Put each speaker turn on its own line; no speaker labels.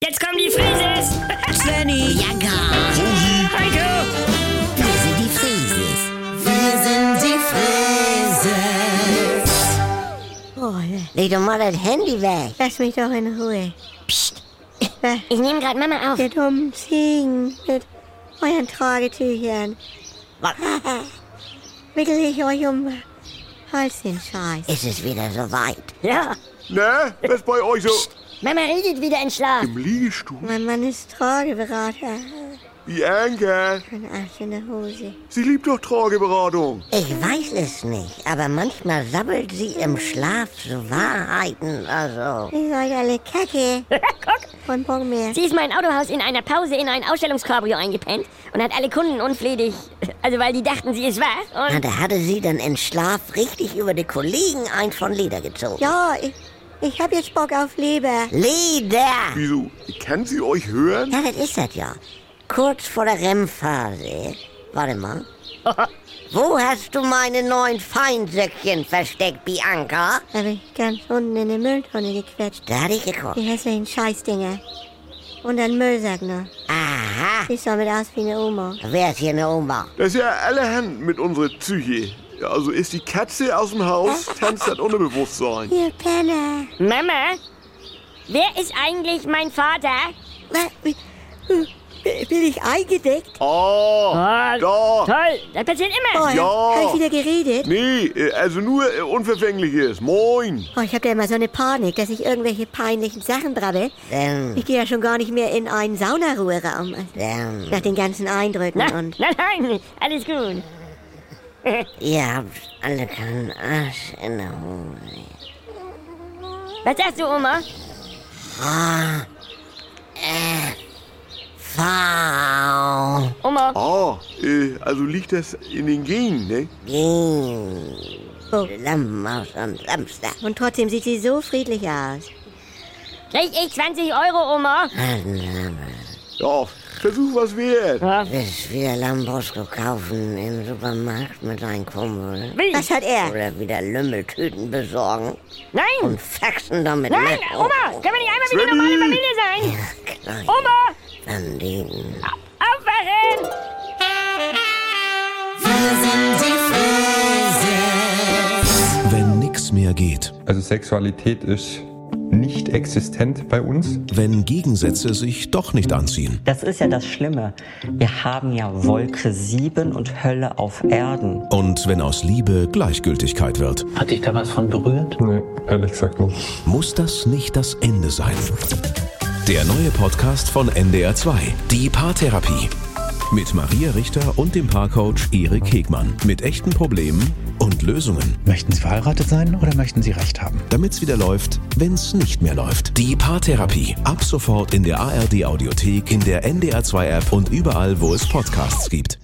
Leg doch mal das Handy weg.
Oh, Lass mich doch in Ruhe.
Psst.
Was?
Ich nehme gerade Mama auf.
Ihr dummen Ziegen mit euren Tragetüchern.
Was?
Wickel ich euch um Hals den Scheiß.
Ist es wieder soweit?
Ja.
Ne? Was ist bei euch so
Mama redet wieder in Schlaf.
im Liegestuhl?
Mein Mann ist Trageberater.
Bianca,
Ein Arsch in der Hose.
sie liebt doch Trageberatung.
Ich weiß es nicht, aber manchmal sabbelt sie im Schlaf so Wahrheiten, also.
Ihr seid alle Kacke.
Guck,
Von Bock mehr.
sie ist mal im Autohaus in einer Pause in ein Ausstellungskabrio eingepennt und hat alle Kunden unflätig, also weil die dachten, sie ist wach.
Na,
Und
da hatte sie dann in Schlaf richtig über die Kollegen ein von Leder gezogen.
Ja, ich, ich hab jetzt Bock auf Leber.
Leder!
Wieso? Kann sie euch hören?
Ja, das ist das ja. Kurz vor der REM-Phase. Warte mal. Wo hast du meine neuen Feinsäckchen versteckt, Bianca?
Hab ich ganz unten in die Mülltonne gequetscht.
Da hatte ich geguckt.
Die hässlichen Scheißdinger. Und ein Müllsack noch.
Aha,
Siehst damit aus wie eine Oma.
wer ist hier eine Oma?
Das ist ja allerhand mit unserer Psyche. Also ist die Katze aus dem Haus, tanzt das Unterbewusstsein.
Ihr Penner.
Mama, wer ist eigentlich mein Vater?
Was? Wie- äh, hm, Bin ich eingedeckt?
Oh, da.
Ah, Toll, das passiert
Oh,
immer.
Ja.
Hab ich wieder geredet?
Nee, äh, also nur äh, Unverfängliches. Moin.
Oh, ich habe da immer so eine Panik, dass ich irgendwelche peinlichen Sachen brabbel.
Ähm,
Ich gehe ja schon gar nicht mehr in einen Saunaruheraum. Also
ähm,
nach den ganzen Eindrücken
Na,
und...
nein, nein, alles gut.
ihr habt alle keinen Arsch in der Hose.
Was sagst du, Oma?
Faul.
Oma,
Ah, äh, also liegt das in den Genen, ne?
Ging.
Oh.
Lammhaus und Samstag.
Und trotzdem sieht sie so friedlich aus.
krieg ich 20 Euro, Oma?
Ja, versuch was wert.
Willst wieder Lambrusco kaufen im Supermarkt mit deinem Kumpel?
Wie?
Was hat er?
Oder wieder Lümmeltüten besorgen
Nein,
und faxen damit
nein,
mit? Oh,
Oma, können wir nicht einmal wieder
Svenny!
normale Familie sein?
Kleine
Oma,
Banditen.
aufwachen!
Wenn nix mehr geht.
Also Sexualität ist nicht existent bei uns.
Wenn Gegensätze sich doch nicht anziehen.
Das ist ja das Schlimme. Wir haben ja Wolke 7 und Hölle auf Erden.
Und wenn aus Liebe Gleichgültigkeit wird.
Hat dich da was von berührt?
Nee, ehrlich gesagt nicht.
muss das nicht das Ende sein. Der neue Podcast von NDR2, die Paartherapie. Mit Maria Richter und dem Paarcoach Erik Hegmann. Mit echten Problemen und Lösungen.
Möchten Sie verheiratet sein oder möchten Sie Recht haben?
Damit's wieder läuft, wenn's nicht mehr läuft. Die Paartherapie. Ab sofort in der ARD-Audiothek, in der NDR2-App und überall, wo es Podcasts gibt.